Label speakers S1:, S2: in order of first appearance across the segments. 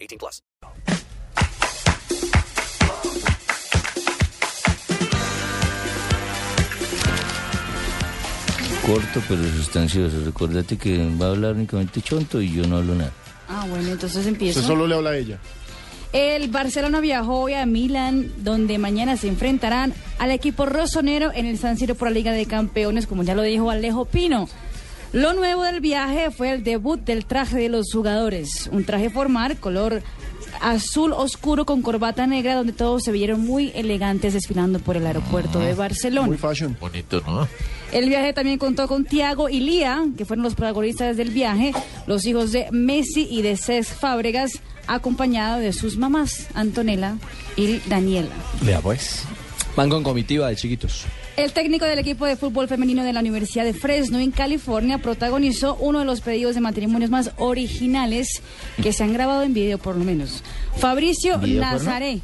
S1: 18 plus.
S2: Corto pero sustancioso. Recordate que va a hablar únicamente Chonto y yo no hablo nada.
S3: Ah, bueno, entonces empiezo.
S4: Usted solo le habla a ella.
S3: El Barcelona viajó hoy a Milán, donde mañana se enfrentarán al equipo rosonero en el San Siro por la Liga de Campeones, como ya lo dijo Alejo Pino. Lo nuevo del viaje fue el debut del traje de los jugadores, un traje formal color azul oscuro con corbata negra, donde todos se vieron muy elegantes desfilando por el aeropuerto de Barcelona.
S4: Ah, Muy fashion.
S5: Bonito, ¿no?
S3: El viaje también contó con Tiago y Lía, que fueron los protagonistas del viaje, los hijos de Messi y de Cés Fábregas, acompañado de sus mamás, Antonella y Daniela.
S6: Vea pues. Van con comitiva de chiquitos.
S3: El técnico del equipo de fútbol femenino de la Universidad de Fresno en California protagonizó uno de los pedidos de matrimonios más originales que se han grabado en video, por lo menos. Fabricio Nazaré,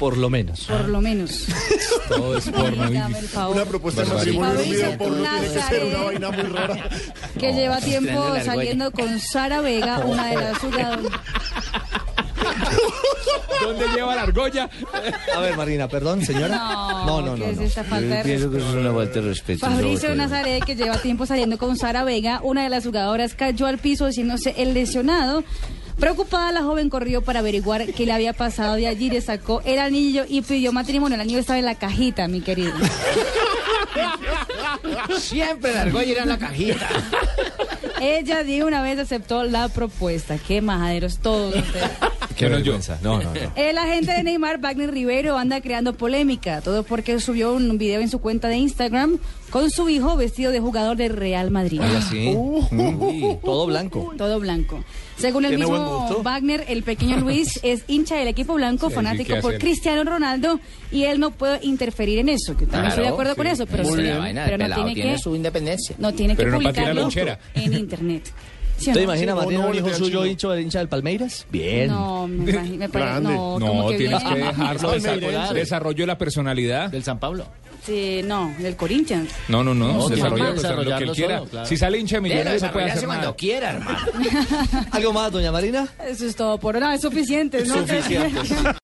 S6: Por lo menos.
S3: por lo menos.
S6: Todo es porno.
S3: Dame el favor.
S4: Una propuesta de matrimonio en un
S3: Fabricio
S4: video porno tiene que ser una vaina muy rara.
S3: que lleva tiempo saliendo con Sara Vega, una de las jugadoras.
S6: ¿Dónde lleva la argolla? A ver, Marina, perdón, señora.
S3: No,
S6: no, no,
S3: ¿qué es
S6: no.
S3: esta falta de
S2: Yo pienso que eso es una falta de respeto.
S3: Fabricio
S2: una falta de-
S3: Nazaré, que lleva tiempo saliendo con Sara Vega, una de las jugadoras, cayó al piso haciéndose el lesionado. Preocupada, la joven corrió para averiguar qué le había pasado de allí, le sacó el anillo y pidió matrimonio. El anillo estaba en la cajita, mi querido.
S6: Siempre la argolla era en la cajita.
S3: Ella de una vez aceptó la propuesta. Qué majaderos todos ustedes.
S6: Qué vergüenza. No, no, no.
S3: El agente de Neymar, Wagner Rivero, anda creando polémica. Todo porque subió un video en su cuenta de Instagram con su hijo vestido de jugador de Real Madrid.
S2: Ah,
S6: Oiga, sí. Uy, Uh. todo blanco.
S3: Todo blanco. Según el
S6: Tiene buen
S3: mismo
S6: gusto.
S3: Wagner, el pequeño Luis es hincha del equipo blanco, fanático por Cristiano Ronaldo, y él no puede interferir en eso. Que también estoy de acuerdo con eso, pero, sí, pero no tiene, que,
S2: independencia.
S3: no tiene que
S7: Pero no patea
S3: publicarlo
S7: la lonchera.
S3: en internet. ¿Sí o
S6: ¿Te
S3: no?
S6: imaginas,
S4: Sí, no,
S6: Marina,
S4: no,
S6: un hijo
S4: le da
S6: suyo
S4: chino.
S6: hincha, hincha del Palmeiras? Bien.
S3: No, me imagino. me parece-
S4: Grande.
S3: no, como
S7: No,
S3: que "Ah,
S7: tienes que
S3: viene-
S7: dejarlo.
S4: Son
S7: desarrollo-
S4: merengues.
S7: Desarrollo de la personalidad.
S2: Del San Pablo.
S3: Sí, no, del Corinthians.
S7: No, no, no.
S2: No,
S7: desarrollo
S2: tiene
S7: de
S2: que
S7: personalidad, lo que él
S2: desarrollarlo
S7: quiera.
S2: solo, claro.
S7: Si sale hincha de millonarios, no puede
S2: desarrollarse
S7: hacer nada.
S2: quiera, hermano.
S6: ¿Algo más, doña Marina?
S3: Eso es todo por ahora. Es suficiente, ¿no?